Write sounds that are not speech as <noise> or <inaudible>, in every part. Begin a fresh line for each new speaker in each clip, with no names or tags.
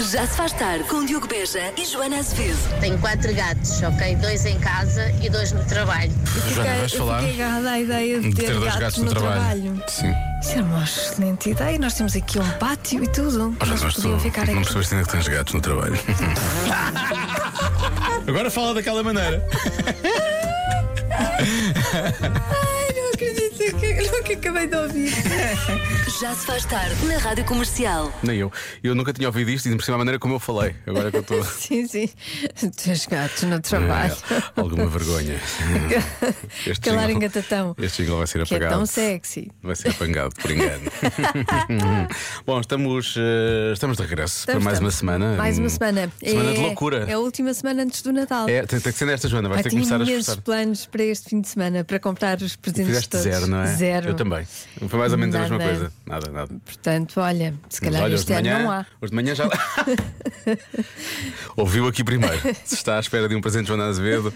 Já se faz tarde com Diogo Beja e Joana Azevedo.
Tenho quatro gatos, ok? Dois em casa e dois no trabalho.
Joana, vais
eu
falar
fiquei agarrada à ideia de ter,
dois
gatos, no trabalho.
Sim.
Isso era uma excelente ideia. Nós temos aqui um pátio e tudo.
Ah, já
Nós
sabes
podíamos
tu,
ficar
não
aqui.
percebeste ainda que tens gatos no
<laughs>
trabalho. Agora fala daquela maneira.
Não acredito que, não, que acabei
<laughs>
de ouvir.
Já se faz tarde na Rádio Comercial.
Nem eu. Eu nunca tinha ouvido isto e ainda por cima a maneira como eu falei. Agora que eu
<laughs>
estou.
Sim, sim. Teus gatos no trabalho.
É, alguma vergonha. É.
<laughs>
Este
Calar
jingle-
engatatão.
Este jingle vai ser
Que é
apagado.
tão sexy.
Vai ser apagado, por
<laughs>
engano. Bom, estamos, eh, estamos de regresso para mais uma semana.
Mais
Hum,
uma semana.
Semana
é,
de loucura.
É a última semana antes do Natal.
É, tem, tem que ser nesta, Joana. Vais
Ai,
ter que
tinha
começar a
imensos
esforçar.
planos para este fim de semana para comprar os presentes
Fizeste
todos.
zero, não é?
Zero.
Eu também. Foi mais ou menos a mesma
Nada.
coisa. Nada, nada.
Portanto, olha,
Mas
se calhar
olha, hoje
este
de,
ano
manhã,
não há.
hoje de manhã
<laughs>
já. Ouviu aqui primeiro. Se está à espera de um presente de Joana Azevedo,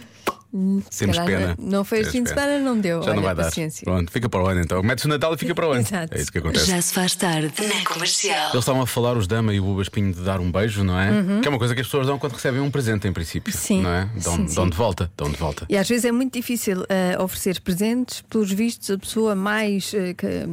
Se
temos
calhar
pena.
não- Não foi este
Temos
fim de
pena.
semana, não deu.
Já
olha,
não vai dar.
paciência.
Pronto, fica para o ano então. Metes o Natal e fica para o ano.
Exato.
É isso que acontece.
Já se faz tarde na Comercial.
Eles estavam a falar, os Dama e o Buba Espinho, de dar um beijo, não é? Que é uma coisa que as pessoas dão quando recebem um presente, em princípio.
Uhum. Sim.
Não é? Dão,
Sim, sim.
dão de volta. Dão de volta.
E às vezes é muito difícil eh, oferecer presentes, pelos vistos, a pessoa mais. eh, que-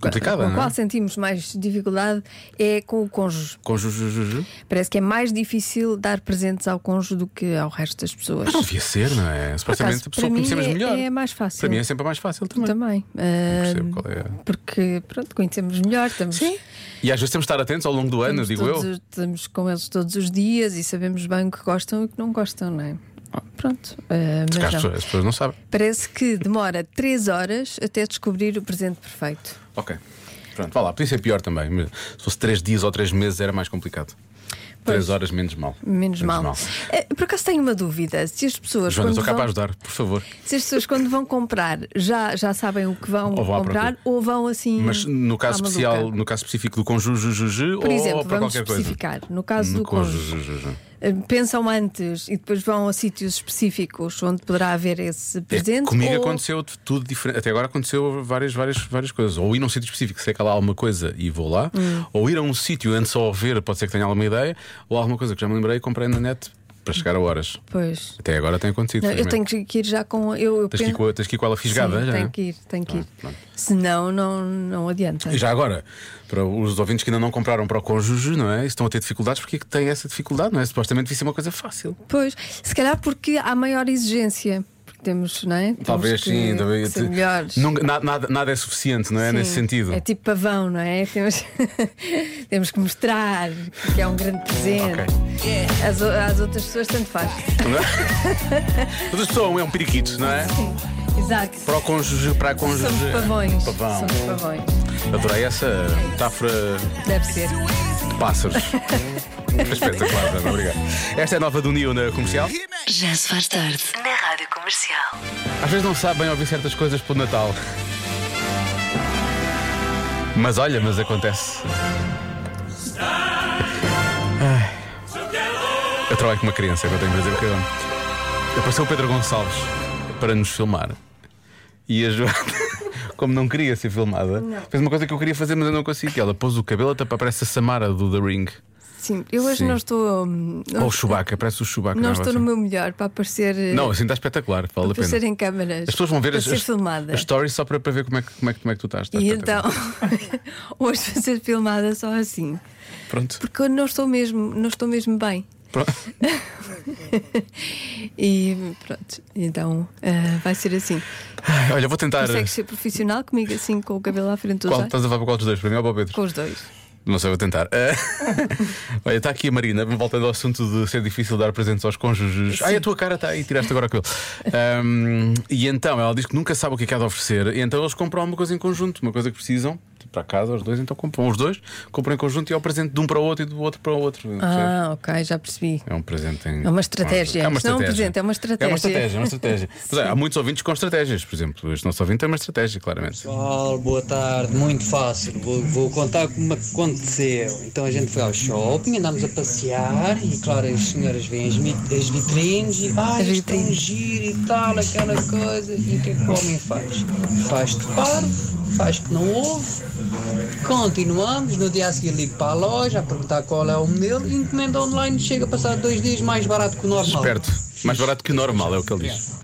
Complicada,
com
não
a
é?
qual sentimos mais dificuldade é com o cônjuge.
Com ju, ju, ju, ju.
Parece que é mais difícil dar presentes ao cônjuge do que ao resto das pessoas.
Não devia ser, não é? Supostamente
acaso,
a pessoa
para mim
conhecemos
é-
melhor.
é mais fácil.
Para mim é sempre mais fácil também.
Também. eh,
percebo qual é a-
Porque, pronto, conhecemos melhor, estamos,
E às vezes temos de estar atentos ao longo do ano,
estamos
digo
todos
eu.
os- estamos com eles todos os dias e sabemos bem o que gostam e o que não gostam, não é? Pronto. eh,
Porque As
mas não.
pessoas, as pessoas não sabem.
Parece que demora 3 horas até descobrir o presente perfeito.
Ok. Pronto, vá lá. Podia ser pior também. mas Se fosse três dias ou três meses era mais complicado. Três horas menos mal.
Menos, mal. Eh, Por acaso tenho uma dúvida: se as pessoas.
Joana,
quando
estou cá
vão,
para ajudar, por favor.
Se as pessoas quando vão comprar já, já sabem o que vão
Ou vão à
comprar
procura.
ou vão assim.
Mas no caso
à maluca?
especial, no caso específico do conjujujuju
Por
ou,
exemplo,
ou para
vamos
qualquer coisa?
especificar. No caso do
No
cônjuge,
conjujujuju.
eh, pensam antes e depois vão a sítios específicos onde poderá haver esse
É,
presente.
comigo
ou...
aconteceu de tudo diferente. Até agora aconteceu várias, várias, várias coisas. Ou ir a um sítio específico, sei que há lá alguma coisa e vou lá.
Hum.
Ou ir a um sítio antes só ver, pode ser que tenha alguma ideia. Ou alguma coisa que já me lembrei e comprei na net para chegar a horas.
Pois.
Até agora tem acontecido.
Não, eu
felizmente.
tenho que ir já com. Eu, eu
Tens que ir com a- tens que ir com ela fisgada
Sim,
já. é? Tá,
Tenho que ir, tenho que ir.
pronto.
Senão, não, não adianta.
E já agora, para os ouvintes que ainda não compraram para o cônjuge, não é? E Estão a ter dificuldades, porque é que têm essa dificuldade, não é? Supostamente devia ser uma coisa fácil.
Pois, se calhar porque há maior exigência. Porque temos, não é? Temos
Talvez
que-
sim,
que
talvez.
ser melhores.
Nunca- na- nada, nada é suficiente, não é?
Sim,
Nesse sentido.
É tipo pavão, não é? <laughs> Temos, temos que mostrar que é um grande presente. Às, o- às outras pessoas, tanto faz.
Não é? <laughs> Mas a pessoa é um periquito, não é?
Sim, exato.
Para o cônjuge, para a cônjuge.
Somos pavões.
Pavão.
Somos pavões.
Adorei essa metáfora
Deve ser.
de
<laughs>
pássaros. Espetacular, Joana, obrigado. Esta é a nova do Nio na comercial.
Já se faz tarde na Rádio Comercial.
Às vezes não sabem ouvir certas coisas pelo Natal. Mas olha, mas acontece. Ai. Eu trabalho com uma criança, é o que eu tenho a dizer. que eu- Apareceu o Pedro Gonçalves para nos filmar. E a Joana, <laughs> como não queria ser filmada, fez uma coisa que eu queria fazer, mas eu não consegui. que Ela pôs o cabelo até parece a Samara do The Ring.
Sim, eu hoje
Sim.
não estou. hum, Não,
Ou o Chewbacca, parece o Chewbacca.
não
é
estou
você?
no meu melhor para aparecer. eh,
Não, assim está espetacular, vale a
para
pena.
aparecer em câmaras.
As pessoas vão ver
para
as,
ser
as-
filmada.
as stories só para, para ver como é, que, como, é que, como é que tu estás. Estás
E então, <laughs>
espetacular.
hoje vou ser filmada só assim.
Pronto.
Porque eu não estou mesmo, não estou mesmo bem.
Pronto.
<laughs> E pronto, então ah, vai ser assim.
Ai, Olha, vou tentar.
Consegues ser profissional comigo assim com o cabelo à frente dos
Qual,
olhos?
estás a falar para qual dos dois? Para mim ou para o Pedro?
Com os dois.
Não sei, vou tentar. <laughs> Eh, Olha, está aqui a Marina, voltando ao assunto de ser difícil dar presentes aos cônjuges. Ai, a tua cara está aí, tiraste agora aquilo. Ahm, e então, ela diz que nunca sabe o que é que há de oferecer, e então eles compram uma coisa em conjunto, uma coisa que precisam, tipo, para casa, os dois, então compram os dois, compram em conjunto e é o presente de um para o outro e do outro para o outro. percebes?
Ah, ok, já percebi.
É um presente em...
É uma estratégia.
É uma
Isto não é um
estratégia.
presente, é
É
uma
uma
estratégia.
estratégia, é uma
<laughs>
estratégia. Mas, olha, há muitos ouvintes com estratégias, por exemplo. Este nosso ouvinte é uma estratégia, claramente.
Pessoal, boa tarde. Muito fácil. Vou, vou contar como aconteceu. Então a gente foi ao shopping, andámos a passear e, claro, as senhoras veem as, mi- as vitrines e. Ah,
As
isto é um
vitrines.
giro e tal, aquela coisa. E o que é que o homem faz? Faz de parvo faz que não ouve. Continuamos, no dia a seguir ligo para a loja a perguntar qual é o modelo e encomenda online chega passado dois dias mais barato que o normal.
Esperto. Mais barato que o normal, é o que ele diz.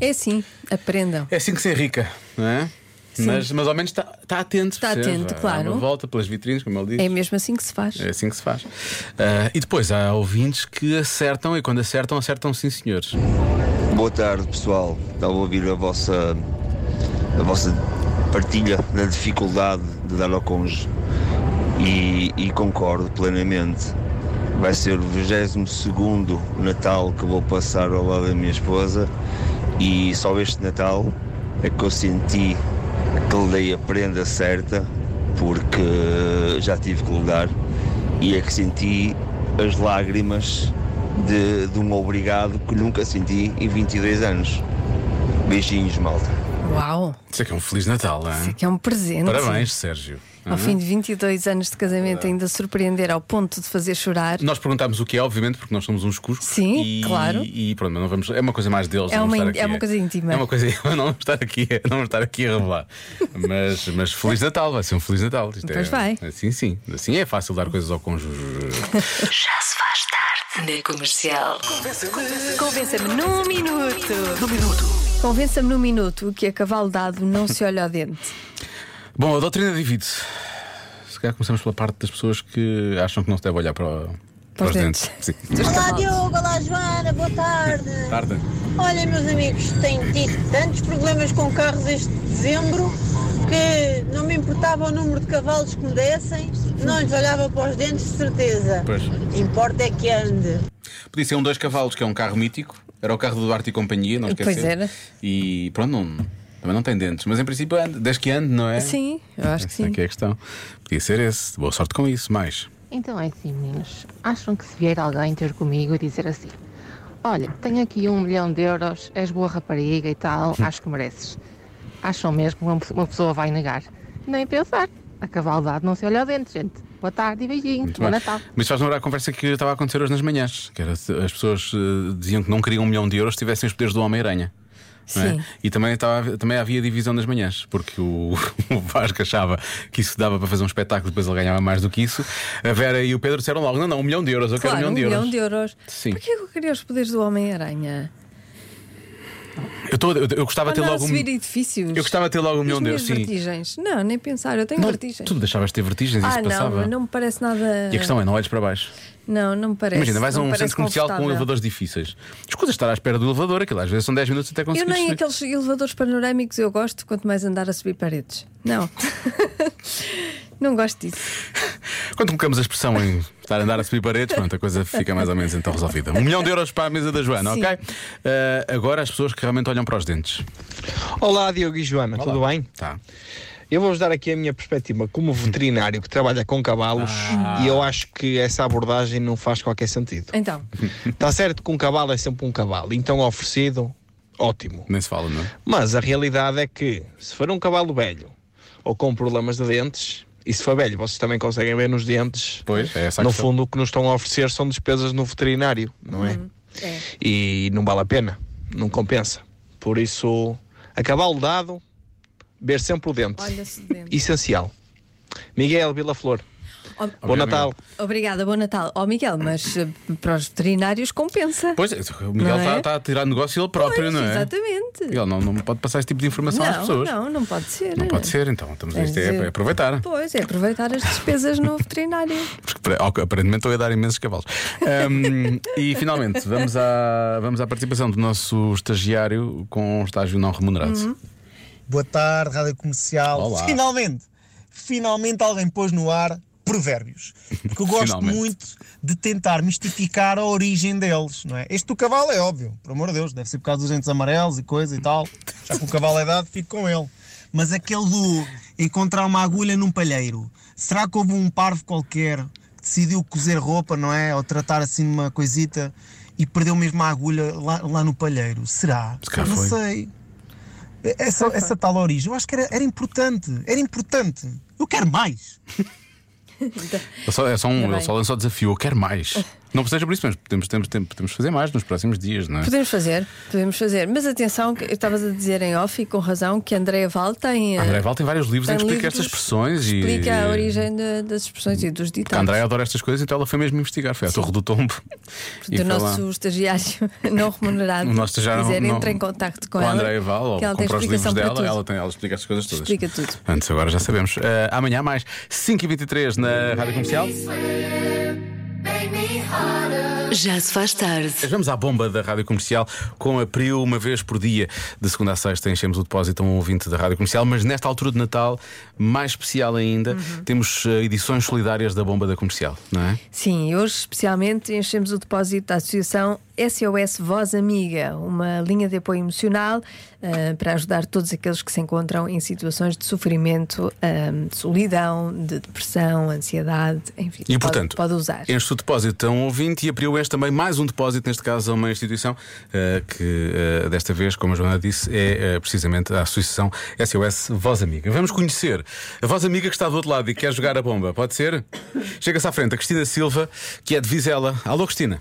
É assim, aprendam.
É assim que se enrica, não é? Mas, mas ao menos está está atento.
Está
percebes?
atento,
Dá
claro.
Uma volta pelas vitrines, como ele
É
diz.
mesmo assim que se faz.
É assim que se faz. Ah, e depois há ouvintes que acertam e quando acertam, acertam sim, senhores.
Boa tarde, pessoal. Estava a ouvir a vossa, a vossa partilha da dificuldade de dar ao cônjuge e, e concordo plenamente. Vai ser o 22 Natal que vou passar ao lado da minha esposa e só este Natal é que eu senti que lhe dei a prenda certa porque já tive que lhe dar e é que senti as lágrimas de, de um obrigado que nunca senti em 22 anos. Beijinhos, malta.
Uau,
Isso é que é um Feliz Natal, não
isso
é?
aqui é um presente.
Parabéns, Uhum. É. Sérgio.
Ao fim de 22 anos de casamento, ainda surpreender ao ponto de fazer chorar.
Nós perguntámos o que é, obviamente, porque nós somos uns cuscos.
Sim,
e,
claro.
E pronto, mas não vamos. É uma coisa mais deles.
É
não vamos estar
uma in-
aqui
é
a-
uma coisa íntima.
É uma coisa. <laughs> Não vamos estar aqui, a- não vamos estar aqui a revelar. Mas, mas Feliz Natal, vai ser um Feliz Natal. Isto é-
Pois vai.
Assim sim. Assim é fácil dar coisas ao cônjuge.
Já se faz tarde na comercial.
Convença-me num minuto. Num minuto. Convença-me num minuto que a cavalo dado não se olha ao dente.
Bom, a doutrina divide-se. Se calhar começamos pela parte das pessoas que acham que não se deve olhar para, o- para os dentes. Sim.
<laughs> Dos
Olá
cavalos.
Diogo, olá Joana, boa tarde.
Tarde.
Olha, meus amigos, tenho tido tantos problemas com carros este dezembro que não me importava o número de cavalos que me dessem, não lhes olhava para os dentes, de certeza.
Pois.
Importa é que ande.
Podia ser um dois cavalos, que é um carro mítico. Era o carro do Duarte e companhia, não
Pois
esquecer.
era.
E pronto, não- também não tem dentes. Mas em princípio, ande, desde que ande, não é?
Sim, eu acho que
Essa é
sim.
que é a questão. Podia ser esse. Boa sorte com isso, mais.
Então é assim, meninos. Acham que se vier alguém ter comigo e dizer assim: Olha, tenho aqui um milhão de euros, és boa rapariga e tal,
Hum.
acho que mereces. Acham mesmo que uma pe- uma pessoa vai negar? Nem pensar. A cavaldade não se olha ao dente, gente. Boa tarde e beijinhos.
Muito
Bom
bem.
Natal.
Mas faz lembrar a conversa que estava a acontecer hoje nas manhãs. Que era, se- as pessoas eh, diziam que não queriam um milhão de euros se tivessem os poderes do Homem-Aranha. não é?
Sim.
E também, estava, também havia divisão nas manhãs, porque o, <laughs> o Vasco achava que isso dava para fazer um espetáculo, depois ele ganhava mais do que isso. A Vera e o Pedro disseram logo: não, não, um milhão de euros, eu
Claro,
quero
um
um milhão de euros.
euros.
Sim.
Porquê que eu queria os poderes do Homem-Aranha?
Eu, tô- eu- eu gostava de ter
Andar a
logo um.
subir edifícios.
Eu gostava de ter logo um
As
milhão de
minhas
euros, sim.
vertigens. Não, nem pensar, eu tenho
Não,
vertigens.
tu deixavas de ter vertigens,
ah,
isso
não,
passava.
mas não me parece nada.
E a questão é: não olhes para baixo.
Não, não me parece.
Imagina, vais a
não me
um
parece
centro comercial com
confortável.
elevadores difíceis. Escusa estar à espera do elevador, aquilo às vezes são 10 minutos até
Eu
conseguir
nem
subir.
aqueles elevadores panorâmicos eu gosto, quanto mais andar a subir paredes. Não. <laughs> não gosto disso.
<laughs> Quando colocamos a expressão em estar a andar a subir paredes, pronto, a coisa fica mais ou menos então resolvida. Um milhão de euros para a mesa da Joana,
Sim.
ok? Ah, agora as pessoas que realmente olham para os dentes.
Olá, Diogo e Joana, tudo bem?
Tá.
Eu vou-vos dar aqui a minha perspectiva como veterinário que trabalha É com cavalos e eu acho que essa abordagem não faz qualquer sentido.
Então,
Está certo que um cavalo é sempre um cavalo, então oferecido, ótimo.
Nem se fala, não? é?
Mas a realidade é que, se for um cavalo velho ou com problemas de dentes, e se for velho, vocês também conseguem ver nos dentes,
Pois, é essa a
no
questão.
fundo o que nos estão a oferecer são despesas no veterinário, não
Uhum.
é?
é.
E não vale a pena, não compensa. Por isso, a cavalo dado, ver sempre o dente.
olha-se dentro.
Essencial. Miguel Vilaflor. Bom
Obrigado,
Natal.
Obrigada, bom Natal. Ó Miguel, mas eh, para os veterinários compensa.
Pois, o Miguel
Não é?
está está a tirar negócio ele próprio,
Pois,
não é?
Exatamente.
Ele não, não pode passar esse tipo de informação às
Não,
pessoas.
não, não pode ser.
Não pode ser, então. Estamos,
É
isto é,
dizer-
é aproveitar.
Pois, é aproveitar as despesas no veterinário.
Porque, pre- ok, Aparentemente estou a dar imensos cavalos. Ahm, e finalmente, vamos à, vamos à participação do nosso estagiário com um estágio não remunerado.
Uhum.
Boa tarde, Rádio Comercial.
Olá.
Finalmente, finalmente alguém pôs no ar provérbios. Porque eu gosto
Finalmente.
muito de tentar mistificar a origem deles, não é? Este do cavalo é óbvio, por amor de Deus, deve ser por causa dos dentes amarelos e coisa e tal. Já que o cavalo é dado, fico com ele. Mas aquele do encontrar uma agulha num palheiro, será que houve um parvo qualquer que decidiu cozer roupa, não é? Ou tratar assim uma coisita e perdeu mesmo a agulha lá, lá no palheiro? Será?
Se calhar
não
foi.
sei. Essa, essa tal origem, eu acho que era, era importante. Era importante. Eu quero mais.
Ele só, é só um,
Ainda
ele
bem.
só lançou o desafio, eu quero mais. Não seja por isso, mas podemos, temos, temos, podemos fazer mais nos próximos dias, não é?
Podemos fazer, podemos fazer. Mas atenção, que eu estavas a dizer em off e com razão que Andréa Val tem. eh,
A André Val tem vários livros em que
tem
explica
livros
estas expressões e.
Explica a origem da- das expressões e dos
A
ditados.
André adora estas coisas, então ela foi mesmo investigar. Foi à Torre do Tombo. e foi
do
lá.
nosso estagiário <laughs> não remunerado.
O nosso estagiário
quiser,
não- não-
entra em contacto com,
a
ela.
Andréia Val, ou
que ela tem
compra os livros
explicação para
dela,
tudo.
ela, tem, ela explica estas coisas todas.
Explica tudo.
Antes, agora já sabemos. Eh, amanhã há mais 5h23 na Rádio Comercial.
Já se faz tarde.
Vamos à bomba da Rádio Comercial com a Priu uma vez por dia. De segunda a sexta enchemos o depósito a um ouvinte da Rádio Comercial, mas nesta altura de Natal, mais especial ainda,
Uhum.
temos eh, edições solidárias da bomba da comercial, não é?
Sim, e hoje especialmente enchemos o depósito da Associação SOS Voz Amiga, uma linha de apoio emocional ah, para ajudar todos aqueles que se encontram em situações de sofrimento, ah, de solidão, de depressão, ansiedade, enfim.
E
pode-
portanto,
pode usar.
enche o depósito a um ouvinte e a Priu enche também mais um depósito, neste caso a uma instituição eh, que eh, desta vez, como a Joana disse, é eh, precisamente a Associação SOS Voz Amiga. Vamos conhecer a voz amiga que está do outro lado e quer jogar a bomba, pode ser? Chega-se à frente a Cristina Silva, que é de Vizela. Alô, Cristina.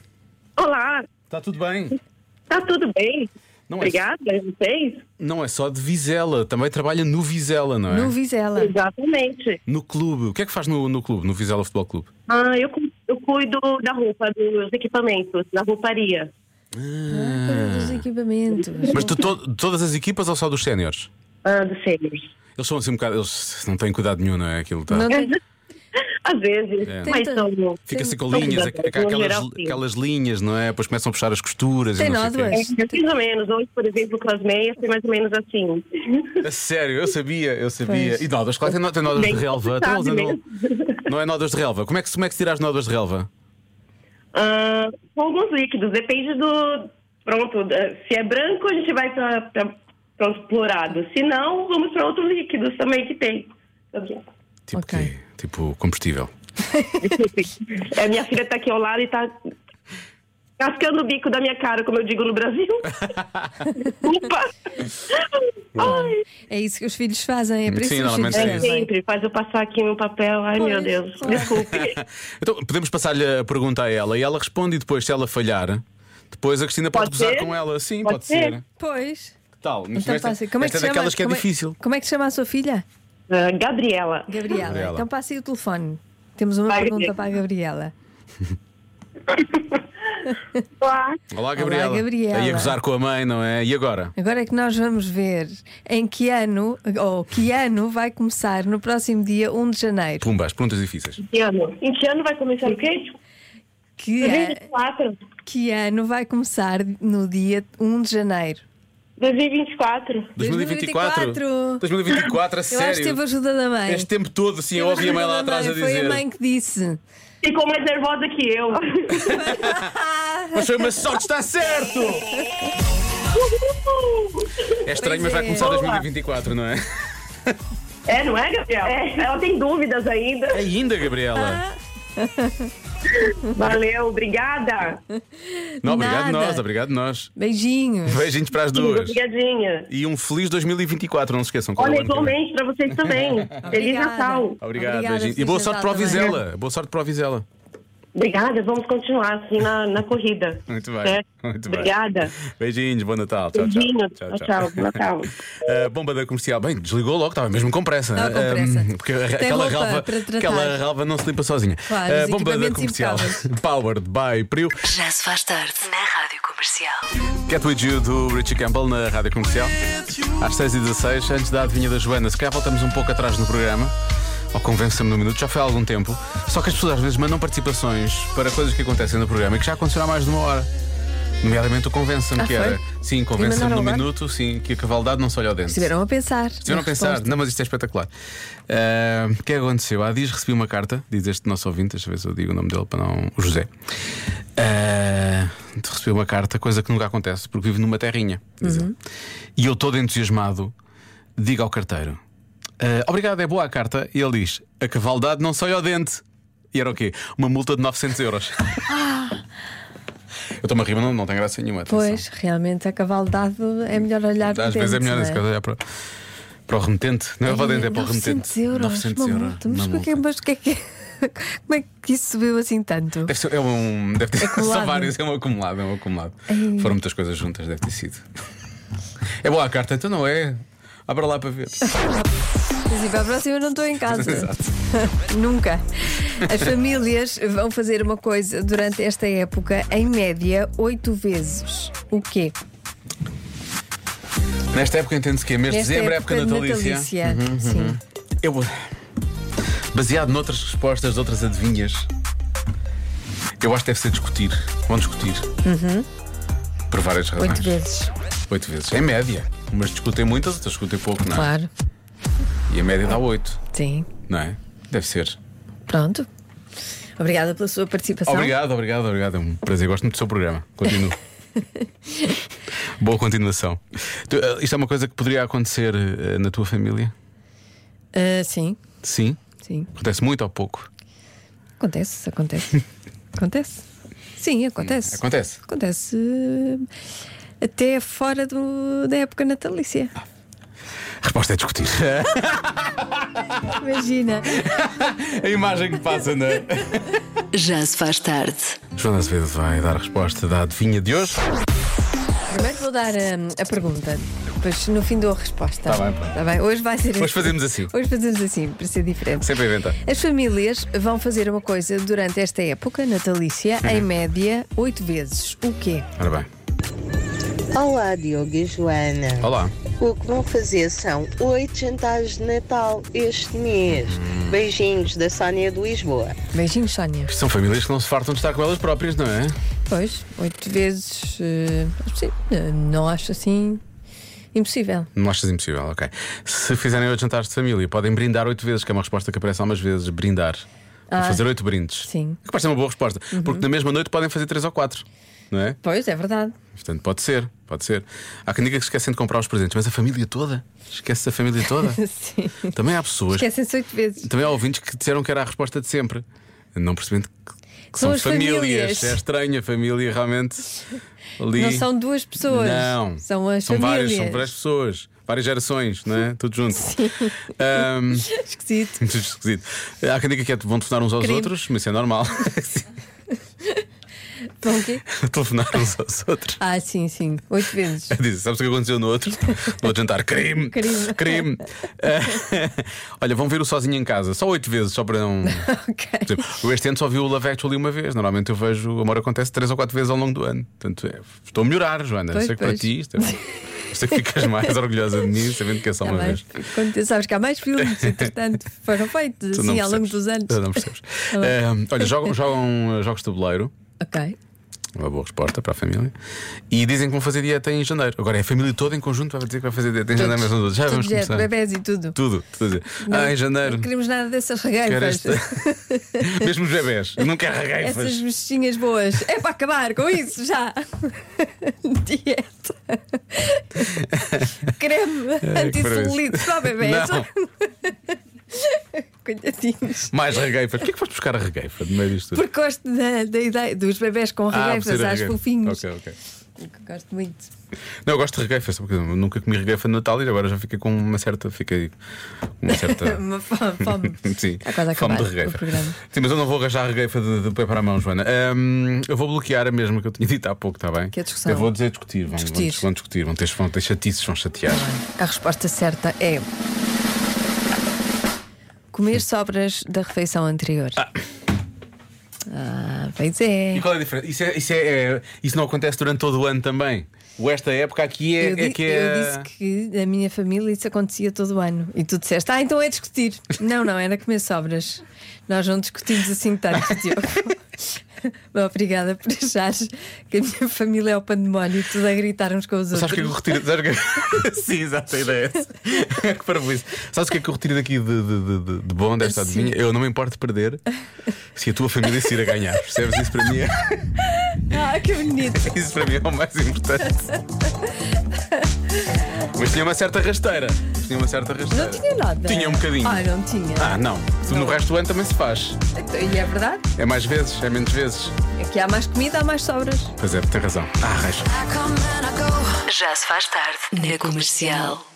Olá,
Está tudo bem?
está tudo bem?
Não é-
Obrigada, a vocês?
Não é só de Vizela, também trabalha no Vizela, não é?
No Vizela.
Exatamente.
No clube. O que é que faz no, no clube, no Vizela Futebol Clube?
Ah, eu, cu- eu cuido da roupa, dos equipamentos, da rouparia.
Dos Ah, equipamentos.
Mas de, to- de todas as equipas ou só dos séniores?
Ah, dos sêniors.
Eles são assim um bocado. Eles não têm cuidado nenhum, não é? Aquilo tá.
Não tem-
<laughs> Às vezes,
É.
mas
Tenta-
são.
Fica assim com
são
linhas, aqu-
cuidadosos, no
aquelas,
é um geral, sim.
aquelas linhas, não é? Depois começam a puxar as costuras
Tem
e não sei o quê.
nódoas.
É, mais ou menos. Hoje, por exemplo, com as meias, foi mais ou menos assim.
A sério, eu sabia, eu sabia.
Pois.
E nódoas, claro, tem, nó- tem nódoas de
Bem,
relva.
sabe né?
Então, eles andam-
mesmo.
Não é nódoas de relva. Como é que, como é que se tira as nódoas de relva?
Ah, com alguns líquidos, depende do. Pronto, da- se é branco, a gente vai para os florados. Se não, vamos para outros líquidos também que tem.
Tipo
Ok.
quê? Tipo combustível. <laughs>
É, minha filha tá aqui ao lado e tá cascando o bico da minha cara, como eu digo no Brasil. Desculpa. Ai,
É isso que os filhos fazem, é por isso
Sim,
que os filhos
normalmente é
é
isso.
fazem.
sempre, faz eu passar aqui meu papel. Ai, meu
Pois,
Deus.
claro.
Desculpe.
Então, podemos passar-lhe a pergunta a ela e ela responde, e depois, se ela falhar, depois a Cristina pode,
Pode
gozar
ser?
com ela. Sim, pode,
Pode
ser.
ser.
Pois.
Que tal? Mas
Então
esta
passa. Como é que
esta
se
é
chama?
daquelas que é
como
difícil.
Como é que se chama a sua filha?
Ah, Gabriela.
Gabriela.
Gabriela.
Então passa aí o telefone. Temos uma
Vai,
pergunta
Gabriela.
para a Gabriela.
Olá.
Olá, Gabriela.
Gabriela.
Aí a gozar com a mãe, não é? E agora?
Agora é que nós vamos ver em que ano, ou que ano vai começar no próximo dia 1 de janeiro.
Pumba, as perguntas difíceis.
Em ano? Em que ano vai começar o quê?
Que, a-
2024.
que ano vai começar no dia 1 de janeiro?
2024.
2024?
2024.
2024, a
<laughs> Eu
sério.
acho que teve ajuda da mãe.
Este tempo todo, assim, eu
Teve
ouvi a mãe
ajuda
lá
da
atrás a
Foi a
dizer.
mãe que disse.
Ficou mais nervosa que
<laughs>
eu.
Mas foi uma sorte, está
<laughs>
certo! É estranho, mas
Pois
vai
é.
começar 2024, não é?
É, não é, Gabriela? ela tem dúvidas ainda.
<laughs> Ainda,
Ah,
Gabriela.
Valeu, obrigada.
Não, obrigado
Nada.
nós, obrigado nós.
Beijinhos.
Beijinhos para as duas.
Obrigadinha.
E um feliz 2024, não se esqueçam. qual é o
Olha,
ano que vem.
igualmente para
<laughs>
vocês também. Feliz
Obrigada.
Natal.
Obrigado,
Obrigada,
beijinho. E
feliz
boa sorte para
Natal
o
também.
Vizela. Boa sorte para o Vizela.
Obrigada, vamos continuar assim na, na corrida.
Muito bem,
Certo?
muito bem.
Obrigada.
Beijinhos, bom Natal. Tchau, tchau.
Beijinho. Tchau, tchau. Boa
<laughs>
Natal.
A bomba da comercial, bem, desligou logo, estava mesmo com pressa.
Estava com pressa.
Ahm, porque
Tem
aquela
roupa
relva,
para tratar.
aquela relva não se limpa sozinha.
Claro,
Ah,
os
bomba da
equipamentos
comercial. <laughs> Powered by Priu.
Já se faz tarde na Rádio Comercial.
Get with you do Richie Campbell na rádio comercial. Às 6h16, antes da adivinha da Joana, se calhar voltamos um pouco atrás no programa. Ou convença-me no minuto, já foi há algum tempo. Só que as pessoas às vezes mandam participações para coisas que acontecem no programa e que já aconteceram há mais de uma hora. Nomeadamente o convença-me
Ah,
que
foi?
era. Sim, convença-me
mandaram
no
lá?
minuto, sim, que a cavaldade não se olha ao dente.
Estiveram a pensar.
Estiveram a pensar, não, mas isto é espetacular. Ah, O que é que aconteceu? Há dias recebi uma carta, diz este nosso ouvinte, deixa eu ver se eu digo o nome dele para não. O José. Ah, recebi uma carta, coisa que nunca acontece, porque vivo numa terrinha, diz ele. E eu todo entusiasmado, digo ao carteiro: "Ah, Obrigado, é boa a carta. E ele diz: A cavaldade não sai ao dente. E era o quê? Uma multa de 900 euros. eu estou-me a rir, mas não, não tem graça nenhuma. atenção.
Pois, realmente, a cavalo dado é melhor olhar
Às
de
vezes é
dentro,
melhor
não
nesse caso olhar para, para o remetente. Não é para o dentente, é para o
900
remetente.
Euros,
900
uma
euros.
multa.
uma
Mas o que é que-
multa.
mas o que é <laughs> que é? Como é que isso subiu assim tanto?
Deve, ser, é um, deve ter <laughs> são
Acumulado.
vários, é um acumulado, é um acumulado.
Ai.
Foram muitas coisas juntas, deve ter sido. É boa a carta, então não é? Abra lá para ver.
Mas e para a próxima eu não estou em casa.
<laughs> Exato.
<laughs> Nunca. As famílias vão fazer uma coisa durante esta época, em média, oito vezes. O quê?
Nesta época entende-se que é mês de
Nesta
dezembro, é época natalícia.
natalícia.
Uhum, uhum.
Sim.
Eu, baseado noutras respostas de outras adivinhas, eu acho que deve ser discutir. Vão discutir,
Uhum.
por várias razões.
Oito vezes.
Oito vezes. Em média. Umas discutem muitas, outras discutem pouco, não é?
Claro.
E a média dá oito,
Sim.
não é? Deve ser.
Pronto. Obrigada pela sua participação.
Obrigado, obrigado, obrigado. É um prazer. Gosto muito do seu programa.
<laughs>
Continuo. Boa continuação. Tu, eh, isto é uma coisa que poderia acontecer eh, na tua família?
Ah, sim,
Sim?
sim.
Acontece muito ou pouco? <laughs>
Acontece, acontece. acontece. Sim, acontece.
Acontece.
Acontece eh, até fora do- da época natalícia.
<laughs> A resposta é discutir.
Imagina.
<laughs> a imagem que passa é? na.
Já se faz tarde.
Joana Azevedo vai dar a resposta da adivinha de hoje.
Primeiro vou dar hum, a pergunta, depois no fim dou a resposta.
Tá bem, pá.
Tá bem. Hoje vai ser
Hoje fazemos assim.
Hoje fazemos assim, para ser diferente.
Sempre a inventar.
As famílias vão fazer uma coisa durante esta época natalícia,
Uhum.
em média, oito vezes. O quê?
Ora bem.
Olá, Diogo e Joana.
Olá.
O que vão fazer são oito jantares de Natal este mês. Beijinhos da Sónia de Lisboa.
Beijinhos, Sónia.
São famílias que não se fartam de estar com elas próprias, não é?
Pois, oito vezes. eh, sim, eh, não acho assim impossível.
Não achas impossível, ok. Se fizerem oito jantares de família, podem brindar oito vezes, que é uma resposta que aparece algumas vezes, brindar. Vou
Ah.
fazer oito brindes.
Sim.
Que parece uma boa resposta.
Uhum.
Porque na mesma noite podem fazer três ou quatro, não é?
Pois, é verdade.
Portanto, pode ser, pode ser. Há quem diga que esquecem de comprar os presentes, mas a família toda? Esquece a família toda?
<laughs> <laughs> Sim.
Também há pessoas,
Esquecem-se oito vezes.
também há ouvintes que disseram que era a resposta de sempre, não percebendo que, que
São
são
as famílias.
É estranho, a família realmente ali.
Não são duas pessoas.
Não.
São as
são várias,
famílias.
são várias pessoas, várias gerações, não é? Tudo junto. Ahm, <laughs>
Esquisito.
muito esquisito. Há quem diga que é, vão telefonar uns aos
Crime.
outros, mas isso é normal. <laughs>
Então, o quê?
telefonar uns aos outros.
Ah, sim, sim.
<laughs>
Oito vezes.
Diz, sabes o que aconteceu no outro? No outro jantar, crime. <laughs>
Crime.
Eh, olha, vão ver o sozinho em casa, só oito vezes, só para
<laughs>
não. Por exemplo, eu este ano só vi o Love Actually uma vez. Normalmente eu vejo, o amor acontece três ou quatro vezes ao longo do ano. Portanto, é, estou a melhorar, Joana.
Pois,
sei que para
pois.
ti isto é bom. Sei que ficas mais orgulhosa de mim, sabendo que é só
Tá
uma
bem.
vez.
Quando tu sabes que há mais filmes, entretanto, foram feitos
Tu não
assim ao longo
percebes.
dos anos.
Tu não percebes.
Tá bem.
Eh, olha, jogam, jogam eh, jogos de tabuleiro.
Ok.
Uma boa resposta para a família. E dizem que vão fazer dieta em janeiro. Agora é a família toda em conjunto, vai dizer que vai fazer dieta em janeiro, mas não todos. Já
Tudo
vamos
jeito,
começar.
é, bebés e tudo.
Tudo, tudo a dizer. Ah, em janeiro.
Não queremos nada dessas
Quero
regueifas.
esta. <laughs> Mesmo os bebés. Não quero regueifas.
Essas mexinhas boas. É para acabar com isso já. <laughs>
<laughs>
Dieta. Creme
Ai, É, que
anticelulite
parabéns.
só bebés.
Não.
<laughs> Coitadinhos.
Mais regueifas. Porquê que vais buscar a regueifa no meio disto tudo?
Porque gosto da, da ideia dos bebés com
Ah, por
regueifas,
ser a
às
regueifa.
fofinhos.
Ok, ok.
Gosto muito.
Não, eu gosto de regueifas, porque eu nunca comi regueifa no Natal e agora já fiquei com uma certa. Fiquei com uma certa.
Uma fome. fome.
Sim,
<laughs> Está quase a
fome de
acabar o
regueifa.
programa.
Sim, mas eu não vou arranjar a regueifa de, de pé para a mão, Joana. Hum, eu vou bloquear a mesma que eu tinha <laughs> dito há pouco, está bem?
Que é discussão.
Eu vou dizer discutir, vão
Discutir. Tá
discutir, vão, discutir, vão ter, vão ter chatices, vão chatear.
A resposta certa é. Comer sobras da refeição anterior. Ah, pois é.
E qual é a diferença? Isso, é- isso é- é- isso não acontece durante todo o ano também. O esta época aqui é,
eu,
é
di-
que
eu
é.
disse que na minha família isso acontecia todo o ano. E tu disseste, ah, então
<laughs>
é discutir. não, não, era comer sobras. Nós não discutimos
<laughs>
assim tanto, Diogo. Bom, obrigada por achares que a minha família é o pandemónio, tudo a gritar uns com os
Sabes o que é que eu
outros.
retiro? <laughs> Sabes o que... Sim, exato, a ideia é essa. <laughs> que parabéns. Sabes o que é que eu retiro daqui de, de, de, de bom desta
Sim.
adivinha? Eu não me importo de perder se a tua família se ir a ganhar. Percebes? Isso para mim é, <laughs>
Ah, que bonito.
isso para mim é o mais importante. Mas tinha uma certa rasteira. Mas tinha uma certa rasteira.
Não tinha nada.
Tinha um bocadinho.
Ah, não tinha.
Ah, não. Tu No resto do ano também se faz.
Então, E é verdade?
É mais vezes, é menos vezes.
É que há mais comida, há mais sobras.
Pois é, tem razão. Ah, raios.
Já se faz tarde. Na comercial.